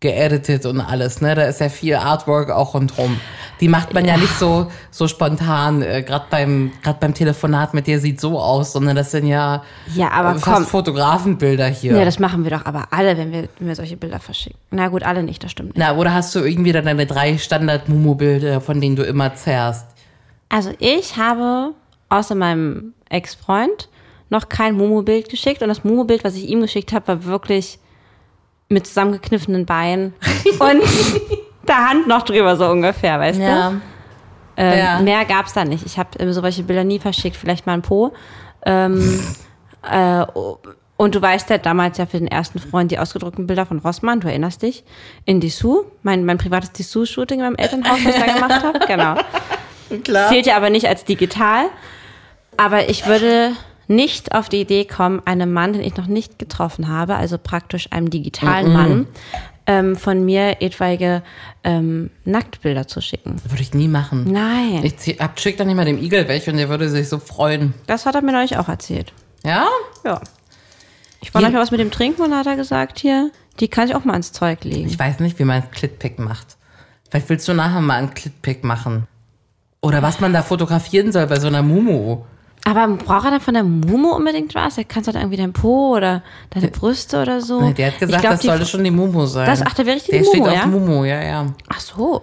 Speaker 3: geeditet und alles, ne? Da ist ja viel Artwork auch rundherum. Die macht man ja, nicht so, so spontan, äh, gerade beim, grad beim Telefonat mit dir sieht so aus, sondern das sind ja,
Speaker 2: Ja, aber
Speaker 3: äh,
Speaker 2: komm.
Speaker 3: fast Fotografenbilder hier.
Speaker 2: Ja. das machen wir doch aber alle, wenn wir, wenn wir solche Bilder verschicken. Na gut, alle nicht, das stimmt nicht.
Speaker 3: Na, oder hast du irgendwie dann deine drei Standard-Mumu-Bilder, von denen du immer zerrst?
Speaker 2: Also ich habe außer meinem Ex-Freund noch kein Momo-Bild geschickt. Und das Momo-Bild, was ich ihm geschickt habe, war wirklich mit zusammengekniffenen Beinen und (laughs) der Hand noch drüber, so ungefähr, weißt du? Ähm,
Speaker 3: Ja.
Speaker 2: Mehr gab's da nicht. Ich habe ähm, so welche Bilder nie verschickt, vielleicht mal ein Po.
Speaker 3: (laughs)
Speaker 2: Ähm, äh, o- und du weißt ja damals ja für den ersten Freund die ausgedruckten Bilder von Rossmann, du erinnerst dich, in Dessous, mein, mein privates Dessous-Shooting in meinem Elternhaus, was ich da gemacht
Speaker 3: (laughs)
Speaker 2: habe. Genau.
Speaker 3: Klar.
Speaker 2: Zählt ja aber nicht als digital. Aber ich würde nicht auf die Idee kommen, einem Mann, den ich noch nicht getroffen habe, also praktisch einem digitalen Mann, ähm, von mir etwaige ähm, Nacktbilder zu schicken.
Speaker 3: Würde ich nie machen.
Speaker 2: Nein.
Speaker 3: Ich zieh- hab- schick dann immer dem Igel welche und der würde sich so freuen.
Speaker 2: Das hat er mir neulich auch erzählt.
Speaker 3: Ja?
Speaker 2: Ja. Ich wollte
Speaker 3: Hier-
Speaker 2: euch mal was mit dem Trinken und dann hat er gesagt, hier, die kann ich auch mal ans Zeug legen.
Speaker 3: Ich weiß nicht, wie man einen Clitpick macht. Vielleicht willst du nachher mal einen Clitpick machen. Oder was man da fotografieren soll bei so einer Mumu.
Speaker 2: Aber braucht er dann von der Mumu unbedingt was? Er kannst du dann irgendwie deinen Po oder deine Brüste oder so.
Speaker 3: Nee, der hat gesagt,
Speaker 2: Oh, Ich glaub,
Speaker 3: das
Speaker 2: die-
Speaker 3: sollte schon die Mumu sein.
Speaker 2: Das- ach, da wäre richtig
Speaker 3: Der
Speaker 2: die
Speaker 3: steht
Speaker 2: Mumu,
Speaker 3: auf
Speaker 2: ja?
Speaker 3: Mumu, ja, ja.
Speaker 2: Ach so.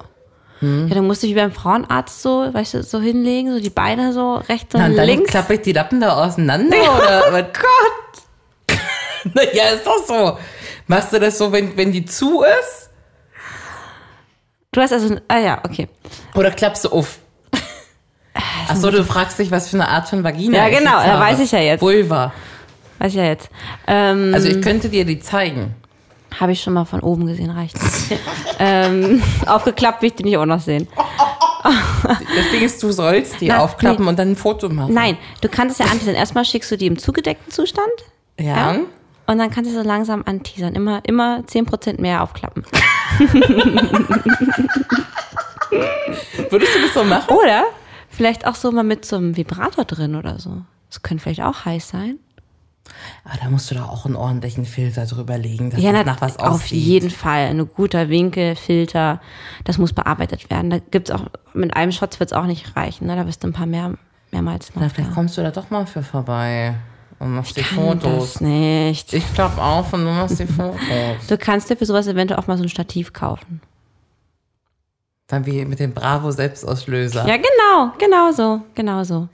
Speaker 2: Ja, dann musst du dich wie beim Frauenarzt so, weißt du, so hinlegen, so die Beine so rechts und
Speaker 3: Na, und dann
Speaker 2: links. Oh
Speaker 3: klappe ich die Lappen da
Speaker 2: (laughs)
Speaker 3: auseinander, oder? was?
Speaker 2: Gott!
Speaker 3: ja, ist doch so. Machst du das so, wenn, wenn die zu ist?
Speaker 2: Du hast also, ah ja, okay.
Speaker 3: Oder klappst
Speaker 2: (laughs)
Speaker 3: du auf? Ach so, du fragst dich, was für eine Art von Vagina
Speaker 2: Ja,
Speaker 3: ich
Speaker 2: genau,
Speaker 3: jetzt
Speaker 2: da
Speaker 3: habe.
Speaker 2: weiß ich ja jetzt.
Speaker 3: Vulva.
Speaker 2: Weiß ja jetzt. Ähm,
Speaker 3: Also ich könnte dir die zeigen.
Speaker 2: Habe ich schon mal von oben gesehen, reicht. (laughs) ähm, (laughs) aufgeklappt will ich die nicht auch noch sehen.
Speaker 3: Das Ding ist, du sollst die
Speaker 2: Na,
Speaker 3: aufklappen
Speaker 2: nee.
Speaker 3: und dann ein Foto machen.
Speaker 2: Nein, du kannst es ja anteasern. Erstmal schickst du die im zugedeckten Zustand.
Speaker 3: Ja.
Speaker 2: Und dann kannst du so langsam anteasern. Immer, immer 10% mehr
Speaker 3: (laughs)
Speaker 2: aufklappen.
Speaker 3: Würdest du das so machen?
Speaker 2: Oder vielleicht auch so mal mit so einem Vibrator drin oder so. Das könnte vielleicht auch heiß sein.
Speaker 3: Aber Ah, da musst du doch auch einen ordentlichen Filter drüber legen, dass
Speaker 2: Ja,
Speaker 3: das
Speaker 2: na,
Speaker 3: nach was aussieht.
Speaker 2: auf jeden Fall. Ein guter Winkel, Filter, das muss bearbeitet werden. Da gibt's auch, mit einem Shot wird's auch nicht reichen. Ne? Da bist du ein paar mehr, mehrmals noch.
Speaker 3: Na, vielleicht kommst du da doch mal für vorbei und machst die
Speaker 2: Kann
Speaker 3: Fotos.
Speaker 2: das nicht.
Speaker 3: Ich klapp auf und du machst die Fotos.
Speaker 2: Du kannst dir für sowas eventuell auch mal so ein Stativ kaufen.
Speaker 3: Dann wie mit dem Bravo Selbstauslöser.
Speaker 2: Ja, genau, genau so, genau so.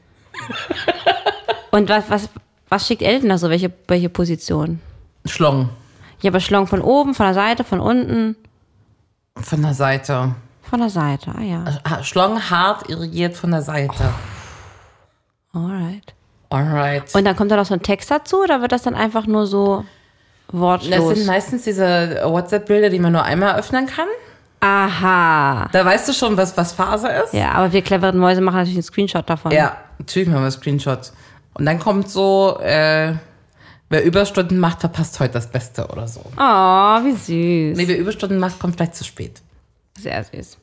Speaker 3: (laughs)
Speaker 2: Und was, was, was schickt Elton da so? Welche, welche Position?
Speaker 3: Schlong.
Speaker 2: Ja, aber Schlong von oben, von der Seite, von unten,
Speaker 3: Von der Seite.
Speaker 2: von der Seite. Ah ja,
Speaker 3: Ha- Schlong hart irrigiert von der Seite.
Speaker 2: alright.
Speaker 3: Alright.
Speaker 2: Und dann kommt da noch so ein Text dazu oder wird das dann einfach nur so
Speaker 3: das sind
Speaker 2: wortlos?
Speaker 3: meistens diese WhatsApp-Bilder, die man nur einmal öffnen kann.
Speaker 2: Aha.
Speaker 3: Da weißt du schon, was, was Phase ist.
Speaker 2: Ja, aber wir cleveren Mäuse machen natürlich einen Screenshot davon.
Speaker 3: Ja, natürlich machen wir Screenshots. Und dann kommt so, äh, wer Überstunden macht, verpasst heute das Beste oder so.
Speaker 2: Oh, wie süß.
Speaker 3: Nee, wer Überstunden macht, kommt vielleicht zu spät.
Speaker 2: Sehr süß.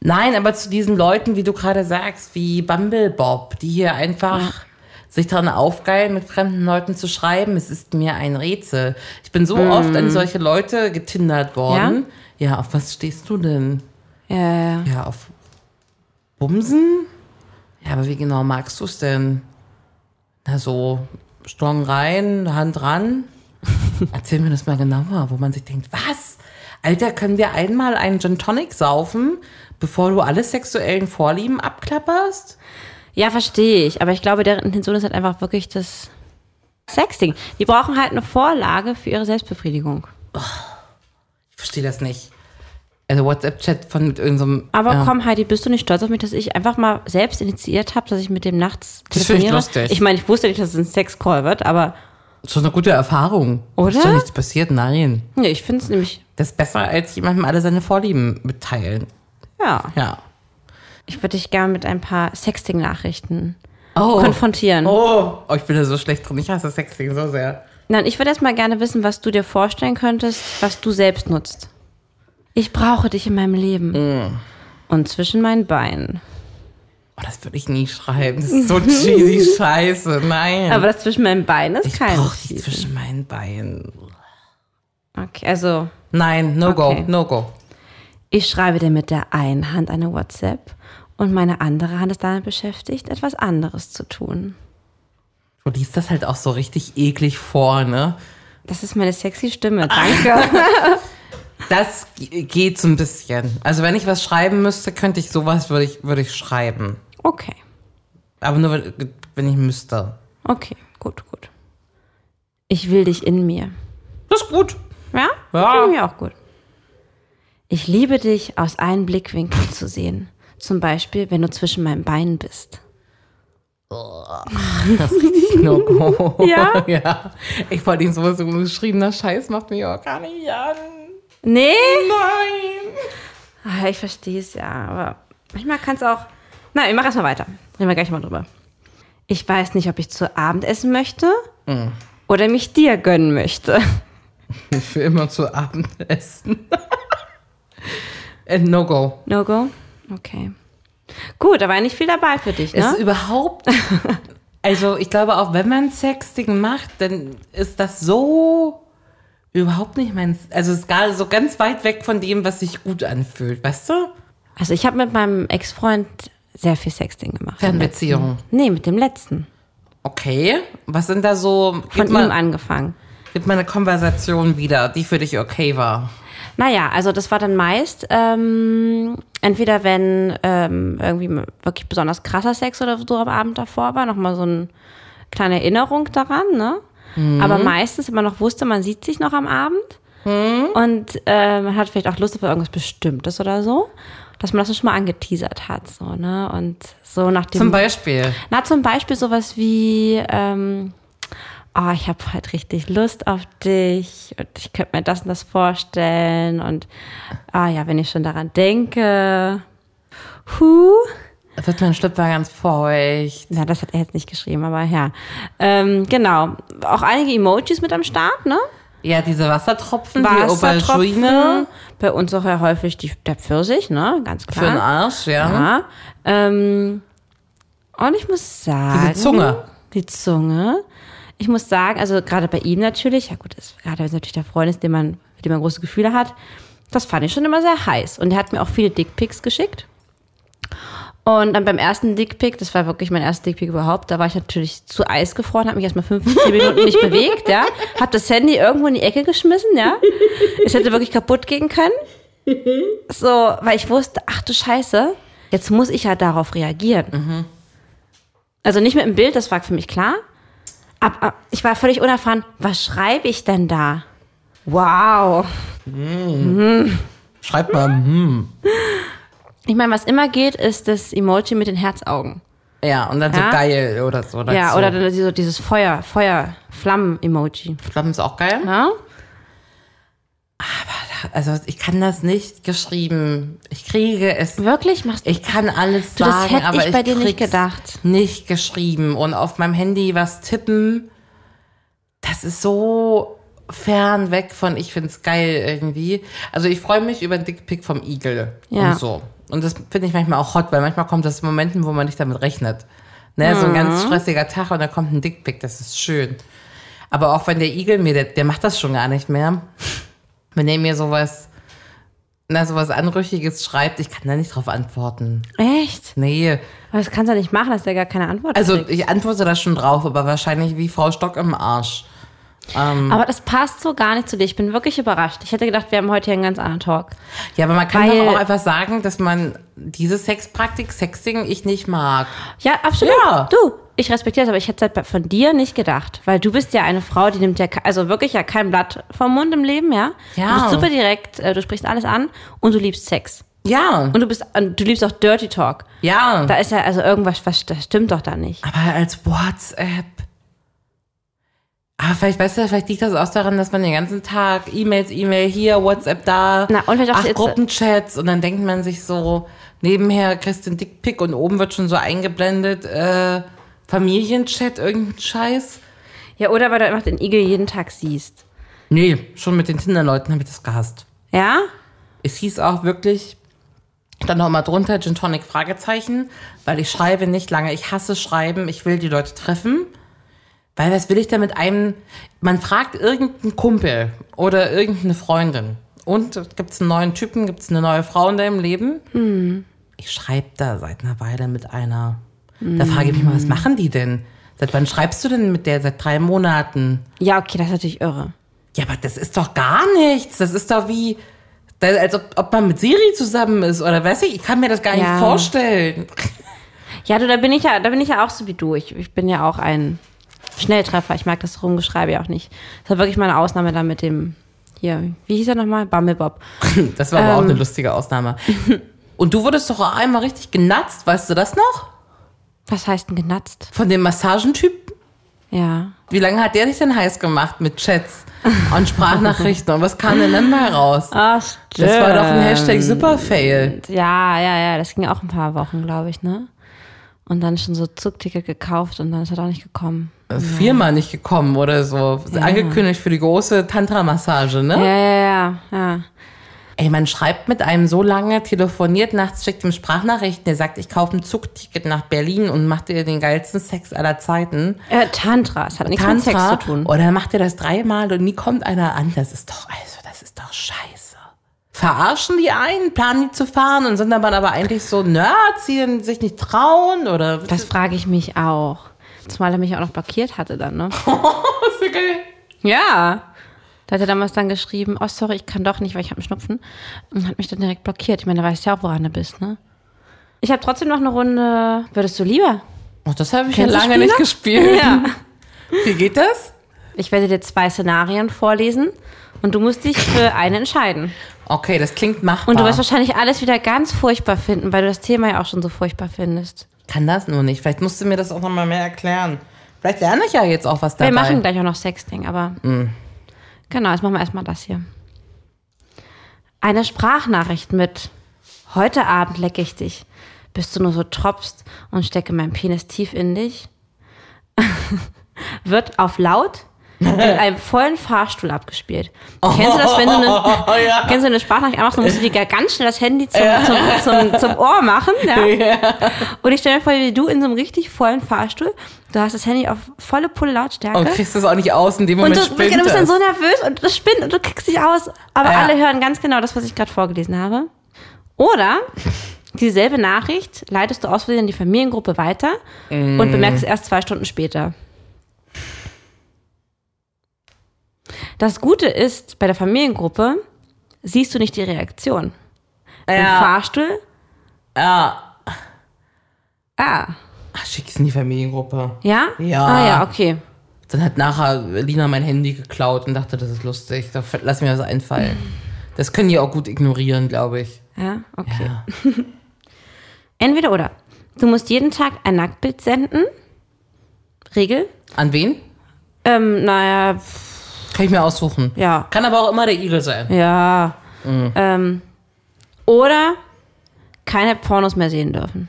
Speaker 3: Nein, aber zu diesen Leuten, wie du gerade sagst, wie Bumble Bob, die hier einfach sich daran aufgeilen, mit fremden Leuten zu schreiben, es ist mir ein Rätsel. Ich bin so oft an solche Leute getindert worden. Mm. Ja? auf was stehst du denn?
Speaker 2: Ja, ja, ja.
Speaker 3: Ja, auf Bumsen? Ja, aber wie genau magst du es denn? Na so, Strong rein, Hand
Speaker 2: (laughs)
Speaker 3: ran. Erzähl mir das mal genauer, wo man sich denkt, was? Alter, können wir einmal einen Gin Tonic saufen, bevor du alle sexuellen Vorlieben abklapperst?
Speaker 2: Ja, verstehe ich. Aber ich glaube, deren Intention ist halt einfach wirklich das Sexting. Die brauchen halt eine Vorlage für ihre Selbstbefriedigung.
Speaker 3: Ich verstehe das nicht. Also WhatsApp-Chat von mit irgendeinem...
Speaker 2: Aber
Speaker 3: ja.
Speaker 2: komm, Heidi, bist du nicht stolz auf mich, dass ich einfach mal selbst initiiert habe, dass ich mit dem nachts
Speaker 3: Das finde ich
Speaker 2: telefoniere?
Speaker 3: lustig.
Speaker 2: ich meine, ich wusste nicht, dass es ein Sexcall wird, aber
Speaker 3: Schon eine gute Erfahrung.
Speaker 2: Oder?
Speaker 3: Ist doch nichts passiert, nein.
Speaker 2: nee, ich finde es nämlich,
Speaker 3: Das ist besser, als jemandem alle seine Vorlieben mitteilen.
Speaker 2: ja.
Speaker 3: Ja.
Speaker 2: Ich würde dich gerne mit ein paar Sexting-Nachrichten
Speaker 3: Oh.
Speaker 2: konfrontieren.
Speaker 3: Oh, oh, ich bin da so schlecht drin. Ich hasse Sexting so sehr.
Speaker 2: Nein, ich würde erst mal gerne wissen, was du dir vorstellen könntest, was du selbst nutzt. Ich brauche dich in meinem Leben.
Speaker 3: Mm.
Speaker 2: Und zwischen meinen Beinen.
Speaker 3: Oh, das würde ich nie schreiben. Das ist so
Speaker 2: (laughs)
Speaker 3: cheesy Scheiße. Nein.
Speaker 2: Aber das zwischen meinen Beinen ist
Speaker 3: ich
Speaker 2: kein
Speaker 3: brauche die
Speaker 2: Cheat.
Speaker 3: zwischen meinen Beinen.
Speaker 2: Okay, also
Speaker 3: Nein, no
Speaker 2: Okay.
Speaker 3: go, no go.
Speaker 2: ich schreibe dir mit der einen Hand eine WhatsApp und meine andere Hand ist damit beschäftigt, etwas anderes zu tun.
Speaker 3: Du liest das halt auch so richtig eklig vor, ne?
Speaker 2: Das ist meine sexy Stimme. Danke.
Speaker 3: Das g- geht so ein bisschen. Also wenn ich was schreiben müsste, könnte ich sowas, würde ich, würde ich schreiben.
Speaker 2: (laughs) Okay.
Speaker 3: Aber nur, wenn- wenn ich müsste.
Speaker 2: Okay, gut, gut. Ich will dich in mir.
Speaker 3: Das
Speaker 2: (laughs)
Speaker 3: ist gut.
Speaker 2: Ja?
Speaker 3: Ja.
Speaker 2: Finde ich auch gut. Ich liebe dich aus allen Blickwinkeln zu sehen. Zum Beispiel, wenn du zwischen meinen Beinen bist.
Speaker 3: Das ist richtig no go.
Speaker 2: Ja?
Speaker 3: (laughs) ja. Ich wollte ihn sowas so geschriebener Scheiß macht mich auch gar nicht an.
Speaker 2: Nee?
Speaker 3: Nein.
Speaker 2: Ah, ich verstehe es ja, aber manchmal kann es auch. Na, ich mache erstmal weiter. Reden wir gleich mal drüber. Ich weiß nicht, ob ich zu Abend essen möchte oder mich dir gönnen möchte. (laughs)
Speaker 3: Für immer zu Abendessen. Äh, no go.
Speaker 2: No go? Okay. Gut, da war ja nicht viel dabei für dich,
Speaker 3: Ist
Speaker 2: ne?
Speaker 3: überhaupt. Also, ich glaube, auch wenn man Sexting macht, dann ist das so überhaupt nicht mein. Also, es ist gar so ganz weit weg von dem, was sich gut anfühlt, weißt du?
Speaker 2: Also ich habe mit meinem Ex-Freund sehr viel Sexting gemacht.
Speaker 3: Fernbeziehung.
Speaker 2: Nee, mit dem letzten.
Speaker 3: Okay, was sind da so? Gib
Speaker 2: Von
Speaker 3: mal,
Speaker 2: ihm angefangen.
Speaker 3: Gib mal eine Konversation wieder, die für dich okay war.
Speaker 2: Naja, also das war dann meist ähm, entweder wenn ähm, irgendwie wirklich besonders krasser Sex oder so am Abend davor war, nochmal so eine kleine Erinnerung daran, ne? Aber meistens, wenn man noch wusste, man sieht sich noch am Abend und äh, man hat vielleicht auch Lust auf irgendwas Bestimmtes oder so, dass man das schon mal angeteasert hat, so, ne? Und so nach dem
Speaker 3: Zum Beispiel.
Speaker 2: na, zum Beispiel sowas wie, ähm, oh, ich habe halt richtig Lust auf dich und ich könnte mir das und das vorstellen und ah ja, wenn ich schon daran denke. Huh.
Speaker 3: Da wird mein Schlüpper ganz feucht.
Speaker 2: Na, das hat er jetzt nicht geschrieben, aber ja. Ähm, genau. Auch einige Emojis mit am Start, ne?
Speaker 3: Ja, diese Wassertropfen, Mhm. die Aubergine
Speaker 2: Wassertropfen. Bei uns auch ja häufig die, der Pfirsich, ne? Ganz
Speaker 3: für den
Speaker 2: klar.
Speaker 3: Arsch, ja.
Speaker 2: Ja. Ähm, und ich muss sagen.
Speaker 3: Diese Zunge.
Speaker 2: Die Zunge. Ich muss sagen, also gerade bei ihm natürlich, ja gut, ist, gerade wenn es natürlich der Freund ist, den man, mit dem man große Gefühle hat, das fand ich schon immer sehr heiß. Und er hat mir auch viele Dickpics geschickt. Und dann beim ersten Dickpic, das war wirklich mein erster Dickpic überhaupt, da war ich natürlich zu Eis gefroren, habe mich erstmal 15 Minuten nicht bewegt, ja. Hab das Handy irgendwo in die Ecke geschmissen, ja. Es hätte wirklich kaputt gehen können. So, weil ich wusste, ach du Scheiße, jetzt muss ich ja darauf reagieren. Also nicht mit dem Bild, das war für mich klar. Ab, ab, ich war völlig unerfahren, was schreibe ich denn da? Wow.
Speaker 3: Schreibt Hm. mal, hm.
Speaker 2: Ich meine, was immer geht, ist das Emoji mit den Herzaugen.
Speaker 3: Ja, und dann
Speaker 2: Ja.
Speaker 3: so geil oder so. Dazu.
Speaker 2: Ja, oder dann so dieses Feuer, Feuer, Flammen-Emoji. Ne?
Speaker 3: Flammen ist auch geil.
Speaker 2: Ja?
Speaker 3: Also ich kann das nicht geschrieben. Ich kriege es.
Speaker 2: Wirklich? Machst
Speaker 3: Ich kann alles
Speaker 2: Du, das
Speaker 3: sagen,
Speaker 2: hätte
Speaker 3: aber
Speaker 2: ich bei dir nicht
Speaker 3: krieg's
Speaker 2: gedacht.
Speaker 3: Nicht geschrieben und auf meinem Handy was tippen. Das ist so fern weg von ich find's geil irgendwie. Also ich freue mich über einen Dickpick vom Igel
Speaker 2: Ja.
Speaker 3: und so. Und das finde ich manchmal auch hot, weil manchmal kommt das in Momenten, wo man nicht damit rechnet. Ne, so ein ganz stressiger Tag und da kommt ein Dickpick, das ist schön. Aber auch wenn der Igel mir, der, der macht das schon gar nicht mehr. Wenn er mir sowas, na, sowas Anrüchiges schreibt, ich kann da nicht drauf antworten.
Speaker 2: Echt?
Speaker 3: Nee,
Speaker 2: Aber das kannst du ja nicht machen, dass der gar keine Antwort
Speaker 3: also
Speaker 2: kriegt.
Speaker 3: ich antworte da schon drauf, aber wahrscheinlich wie Frau Stock im Arsch. mm.
Speaker 2: Aber das passt so gar nicht zu dir. Ich bin wirklich überrascht. Ich hätte gedacht, wir haben heute hier einen ganz anderen Talk.
Speaker 3: Ja, aber man kann
Speaker 2: Weil-
Speaker 3: doch auch einfach sagen, dass man diese Sexpraktik, Sexting, ich nicht mag.
Speaker 2: Ja, absolut.
Speaker 3: Ja.
Speaker 2: Du, ich respektiere das, aber ich hätte es halt von dir nicht gedacht. Weil du bist ja eine Frau, die nimmt ja, ke- also wirklich ja kein Blatt vom Mund im Leben, ja?
Speaker 3: Ja.
Speaker 2: Du bist super direkt, äh, du sprichst alles an und du liebst Sex.
Speaker 3: Ja,
Speaker 2: Und du bist, und du liebst auch Dirty Talk.
Speaker 3: ja.
Speaker 2: Da ist ja also irgendwas, was das stimmt doch da nicht.
Speaker 3: aber als WhatsApp. Aber vielleicht, weißt du, vielleicht liegt das auch daran, dass man den ganzen Tag E-Mails, E-Mail hier, WhatsApp da,
Speaker 2: Na, und vielleicht auch
Speaker 3: ach,
Speaker 2: jetzt-
Speaker 3: Gruppenchats und dann denkt man sich so, nebenher kriegst du einen Dickpick und oben wird schon so eingeblendet, äh, Familienchat, irgendein Scheiß.
Speaker 2: Ja, oder weil du einfach den Igel jeden Tag siehst.
Speaker 3: Nee, schon mit den Tinder-Leuten habe ich das gehasst.
Speaker 2: Ja?
Speaker 3: Es hieß auch wirklich, dann noch mal drunter, Gin Tonic Fragezeichen, weil ich schreibe nicht lange. Ich hasse Schreiben, ich will die Leute treffen. Weil was will ich da mit einem, man fragt irgendeinen Kumpel oder irgendeine Freundin. Und gibt es einen neuen Typen, gibt es eine neue Frau in deinem Leben? Ich schreibe da seit einer Weile mit einer. Da frage ich mich mal, was machen die denn? Seit wann schreibst du denn mit der? Seit drei Monaten.
Speaker 2: Ja, okay, das ist natürlich irre.
Speaker 3: Ja, aber das ist doch gar nichts. Das ist doch wie, da- als ob, ob man mit Siri zusammen ist oder weiß ich, ich kann mir das gar
Speaker 2: Ja. (clears throat)
Speaker 3: nicht vorstellen.
Speaker 2: Ja, du, da bin ich ja, da bin ich ja auch so wie du. Ich, ich bin ja auch ein Schnelltreffer. Ich mag das Rumgeschreibe ja auch nicht. Das war wirklich mal eine Ausnahme da mit dem, hier, wie hieß er nochmal? Bumblebob.
Speaker 3: Das war aber
Speaker 2: Ähm.
Speaker 3: auch eine lustige Ausnahme. Und du wurdest doch auch einmal richtig genatzt, weißt du das noch?
Speaker 2: Was heißt denn genatzt?
Speaker 3: Von dem Massagentyp.
Speaker 2: Ja.
Speaker 3: Wie lange hat der dich denn heiß gemacht mit Chats und Sprachnachrichten? Und was kam denn dann bei raus?
Speaker 2: Ah, stimmt.
Speaker 3: Das war doch ein Hashtag Superfail.
Speaker 2: Ja, ja, ja, das ging auch ein paar Wochen, glaube ich, ne? Und dann schon so Zugticket gekauft und dann ist er doch nicht gekommen.
Speaker 3: Viermal nicht gekommen oder so. Angekündigt für die große Tantra-Massage, ne?
Speaker 2: Ja, ja, ja, ja.
Speaker 3: Ey, man schreibt mit einem so lange, telefoniert nachts, schickt ihm Sprachnachrichten, der sagt, ich kaufe ein Zugticket nach Berlin und macht dir den geilsten Sex aller Zeiten.
Speaker 2: Äh, Tantra, Oh, es hat nichts mit Sex zu tun.
Speaker 3: Oder macht er das dreimal und nie kommt einer an. Das ist doch, also, das ist doch scheiße. Verarschen die einen, planen die zu fahren
Speaker 2: (laughs)
Speaker 3: und sind dann aber eigentlich so Nerds, die sich nicht trauen oder.
Speaker 2: Das frage ich mich auch. Zumal er mich auch noch blockiert hatte dann, ne?
Speaker 3: Das ist ja geil.
Speaker 2: (laughs) Ja. Da hat er damals dann geschrieben, oh sorry, ich kann doch nicht, weil ich habe einen Schnupfen. Und hat mich dann direkt blockiert. Ich meine, da weißt du ja auch, woran du bist, ne? Ich habe trotzdem noch eine Runde, würdest du lieber?
Speaker 3: Ach, Oh, das habe ich
Speaker 2: Kennst
Speaker 3: ja
Speaker 2: du
Speaker 3: lange
Speaker 2: Spiele?
Speaker 3: nicht gespielt.
Speaker 2: (laughs)
Speaker 3: Wie geht das?
Speaker 2: Ich werde dir zwei Szenarien vorlesen und du musst dich für eine entscheiden.
Speaker 3: Okay, das klingt machbar.
Speaker 2: Und du wirst wahrscheinlich alles wieder ganz furchtbar finden, weil du das Thema ja auch schon so furchtbar findest.
Speaker 3: kann das nur nicht. Vielleicht musst du mir das auch nochmal mehr erklären. Vielleicht lerne ich ja jetzt auch was dabei.
Speaker 2: Wir machen gleich auch noch Sexting, aber. Genau, jetzt machen wir erstmal das hier. Eine Sprachnachricht mit: Heute Abend lecke ich dich. Bist du nur so tropfst und stecke meinen Penis tief in dich? (laughs) Wird auf laut in einem vollen Fahrstuhl abgespielt. Kennst du das, wenn du eine,
Speaker 3: Oh ja.
Speaker 2: kennst du eine Sprachnachricht machst, dann musst du dir gar- ganz schnell das Handy zum, zum, zum, zum Ohr machen. Ja? Und ich stelle mir vor, wie du in so einem richtig vollen Fahrstuhl, du hast das Handy auf volle Pulle Lautstärke.
Speaker 3: Und kriegst das auch nicht aus, in dem
Speaker 2: Äh? Und
Speaker 3: Moment
Speaker 2: du,
Speaker 3: spinnt
Speaker 2: du bist dann
Speaker 3: das. Ah,
Speaker 2: so nervös und das spinnt und du kriegst dich aus. Aber
Speaker 3: Ja.
Speaker 2: alle hören ganz genau das, was ich gerade vorgelesen habe. Oder dieselbe Nachricht leitest du aus Versehen in die Familiengruppe weiter
Speaker 3: Mm.
Speaker 2: und bemerkst es erst zwei Stunden später. Das Gute ist, bei der Familiengruppe siehst du nicht die Reaktion. Im
Speaker 3: ja.
Speaker 2: Fahrstuhl,
Speaker 3: ja.
Speaker 2: ah,
Speaker 3: Ach, schick es in die Familiengruppe.
Speaker 2: ja?
Speaker 3: Ja.
Speaker 2: Ah ja, okay.
Speaker 3: Dann hat nachher Lina mein Handy geklaut und dachte, das ist lustig. Da f- lass mir das einfallen. Das können die auch gut ignorieren, glaube ich.
Speaker 2: Ja, okay.
Speaker 3: Ja.
Speaker 2: Entweder oder. Du musst jeden Tag ein Nacktbild senden. Regel.
Speaker 3: An wen?
Speaker 2: Ähm, naja, pf,
Speaker 3: Kann ich mir aussuchen.
Speaker 2: ja,
Speaker 3: Kann aber auch immer der Igel sein.
Speaker 2: ja. Ähm, oder keine Pornos mehr sehen dürfen.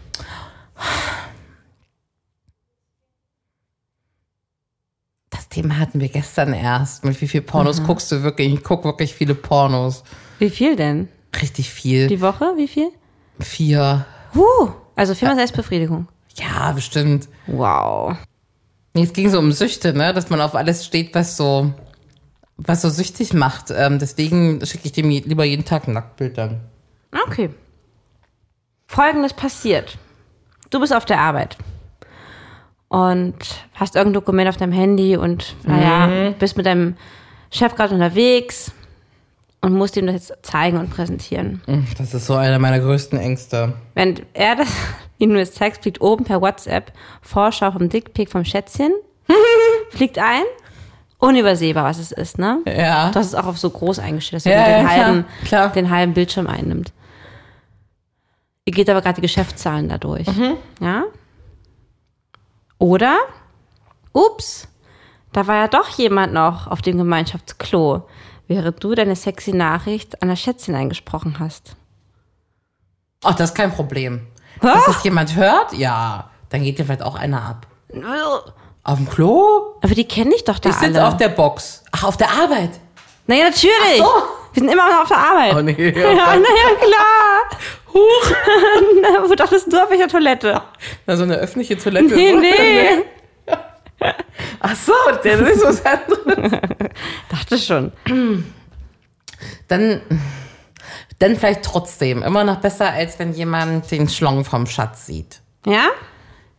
Speaker 3: Das Thema hatten wir gestern erst. Mit wie viel Pornos
Speaker 2: Mhm.
Speaker 3: guckst du wirklich? Ich gucke wirklich viele Pornos.
Speaker 2: Wie viel denn?
Speaker 3: Richtig viel.
Speaker 2: Die Woche? Wie viel?
Speaker 3: Vier.
Speaker 2: Huh, also viermal Selbstbefriedigung.
Speaker 3: Ja, bestimmt.
Speaker 2: Wow.
Speaker 3: Nee, es ging so um Süchte, ne? Dass man auf alles steht, was so, was so süchtig macht. Ähm, deswegen schicke ich dem je- lieber jeden Tag ein Nacktbild dann.
Speaker 2: Okay. Folgendes passiert. Du bist auf der Arbeit und hast irgendein Dokument auf deinem Handy und naja, bist mit deinem Chef gerade unterwegs und musst ihm das jetzt zeigen und präsentieren.
Speaker 3: Hm, Das ist so einer meiner größten Ängste.
Speaker 2: Wenn er das (laughs) ihm nur zeigt, fliegt oben per WhatsApp Vorschau vom Dickpick vom Schätzchen, fliegt ein, unübersehbar, was es ist, ne?
Speaker 3: Ja.
Speaker 2: Du hast es auch auf so groß eingestellt, dass
Speaker 3: Ja,
Speaker 2: du den,
Speaker 3: ja, klar,
Speaker 2: halben,
Speaker 3: klar.
Speaker 2: den halben Bildschirm einnimmt. Ihr geht aber gerade die Geschäftszahlen dadurch.
Speaker 3: Mhm.
Speaker 2: Ja? Oder, ups, da war ja doch jemand noch auf dem Gemeinschaftsklo, während du deine sexy Nachricht an das Schätzchen eingesprochen hast.
Speaker 3: Ach, das ist kein Problem.
Speaker 2: Hä?
Speaker 3: Dass das jemand hört, ja. Dann geht dir vielleicht auch einer ab. Auf dem Klo?
Speaker 2: Aber die kenne ich doch da
Speaker 3: Ich sitze
Speaker 2: alle.
Speaker 3: auf der Box. Ach, auf der Arbeit.
Speaker 2: naja, natürlich.
Speaker 3: Ach
Speaker 2: Wir sind immer noch auf der Arbeit. (laughs)
Speaker 3: Oh, nee.
Speaker 2: Ja, naja, klar. Huch. Na, (laughs) Wo dachtest du, auf welcher Toilette?
Speaker 3: Na, so eine öffentliche Toilette.
Speaker 2: Nee, nee.
Speaker 3: ne? Ach so, das ist was anderes.
Speaker 2: Dachte schon.
Speaker 3: Dann, dann vielleicht trotzdem. Immer noch besser, als wenn jemand den Schlong vom Schatz sieht.
Speaker 2: Ja?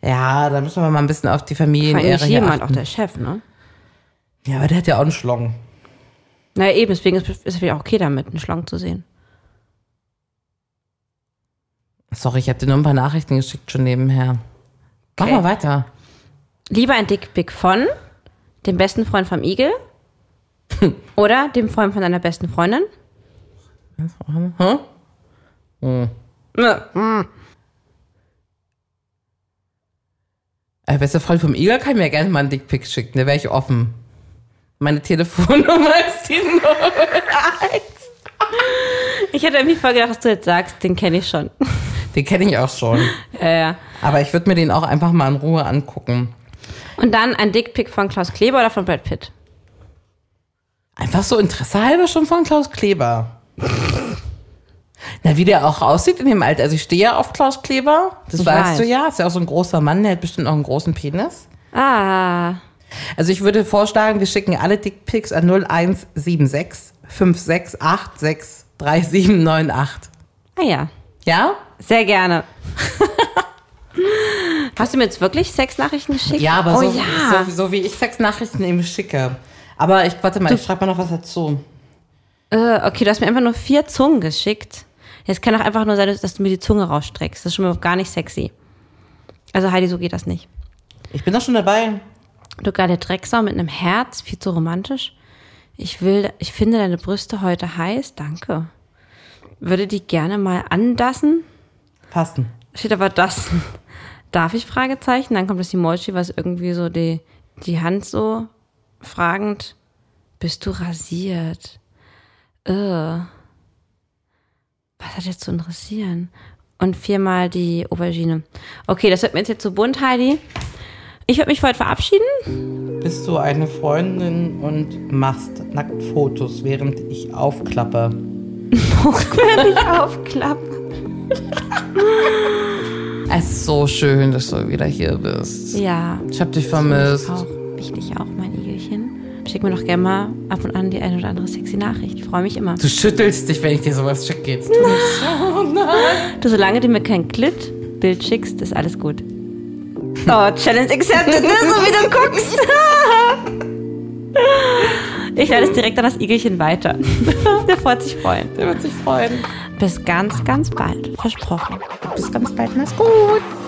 Speaker 3: Ja, da müssen wir mal ein bisschen auf die
Speaker 2: War
Speaker 3: Familienehre
Speaker 2: nicht
Speaker 3: hier
Speaker 2: jemand, auch
Speaker 3: achten.
Speaker 2: der Chef, ne?
Speaker 3: Ja, aber der hat ja auch einen Schlong.
Speaker 2: Naja, eben, deswegen ist ist es wieder auch okay damit, einen Schlangen zu sehen.
Speaker 3: Sorry, ich habe dir nur ein paar Nachrichten geschickt schon nebenher. Mach
Speaker 2: Okay.
Speaker 3: mal weiter.
Speaker 2: Lieber ein Dickpick von dem besten Freund vom Igel
Speaker 3: (laughs)
Speaker 2: oder dem Freund von deiner besten Freundin.
Speaker 3: Hm? Äh, bester Freund vom Igel kann mir gerne mal einen Dickpick schicken, da wäre ich offen. Meine Telefonnummer (laughs) ist die Nummer.
Speaker 2: Ich hätte irgendwie voll gedacht, dass du jetzt sagst, den kenne ich
Speaker 3: (laughs)
Speaker 2: schon.
Speaker 3: Den kenne ich auch schon.
Speaker 2: Äh,
Speaker 3: Aber ich würde mir den auch einfach mal in Ruhe angucken.
Speaker 2: und dann ein Dickpick von Klaus Kleber oder von Brad Pitt.
Speaker 3: Einfach so Interesse halber schon von Klaus Kleber. Na, wie der auch aussieht in dem Alter. Also ich stehe ja auf Klaus Kleber. Das
Speaker 2: Ich
Speaker 3: weißt
Speaker 2: weiß.
Speaker 3: du ja. Ist ja auch so ein großer Mann, der hat bestimmt auch einen großen Penis.
Speaker 2: Ah,
Speaker 3: Also ich würde vorschlagen, wir schicken alle Dickpics an 0176 5686 3798.
Speaker 2: ah ja,
Speaker 3: Ja?
Speaker 2: sehr gerne. (laughs) Hast du mir jetzt wirklich Sexnachrichten geschickt?
Speaker 3: Ja, aber
Speaker 2: oh,
Speaker 3: so,
Speaker 2: ja.
Speaker 3: so, so wie ich Sexnachrichten eben schicke. Aber ich, warte mal, ich schreibe mal noch was dazu.
Speaker 2: Äh, okay, du hast mir einfach nur vier Zungen geschickt. Jetzt kann doch einfach nur sein, dass du mir die Zunge rausstreckst. Das ist schon mal gar nicht sexy. Also Heidi, so geht das nicht.
Speaker 3: Ich bin doch schon dabei.
Speaker 2: Du geile Drecksau mit einem Herz, viel zu romantisch. Ich will, ich finde deine Brüste heute heiß, danke. Würde die gerne mal andassen?
Speaker 3: Passen.
Speaker 2: Steht aber das. Darf ich Fragezeichen? Dann kommt das Emoji, was irgendwie so die, die Hand so fragend. Bist du rasiert? Äh. Was hat jetzt zu interessieren? Und viermal die Aubergine. Okay, das wird mir jetzt hier zu bunt, Heidi. Ich würde mich für heute verabschieden.
Speaker 3: Bist du eine Freundin und machst Nacktfotos, während ich aufklappe?
Speaker 2: Hochquerlich aufklappen.
Speaker 3: Es ist so schön, dass du wieder hier bist.
Speaker 2: Ja.
Speaker 3: Ich hab dich vermisst.
Speaker 2: Auch wichtig auch, mein Igelchen. Schick mir doch gerne mal ab und an die eine oder andere sexy Nachricht. Ich freue mich immer.
Speaker 3: Du schüttelst dich, wenn ich dir sowas schicke. Jetzt tu nicht so. Nein.
Speaker 2: Du, solange du mir kein Glit-Bild schickst, ist alles gut. Oh, Challenge accepted, ne? So wie du guckst. Ich leite es direkt an das Igelchen weiter. Der freut sich freuen.
Speaker 3: Der wird sich freuen.
Speaker 2: Bis ganz, ganz bald. Versprochen.
Speaker 3: Bis ganz bald. Mach's gut.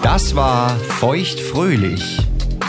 Speaker 1: Das war Feuchtfröhlich,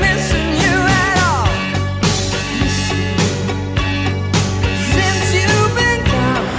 Speaker 4: missing you at all. Since you've been gone.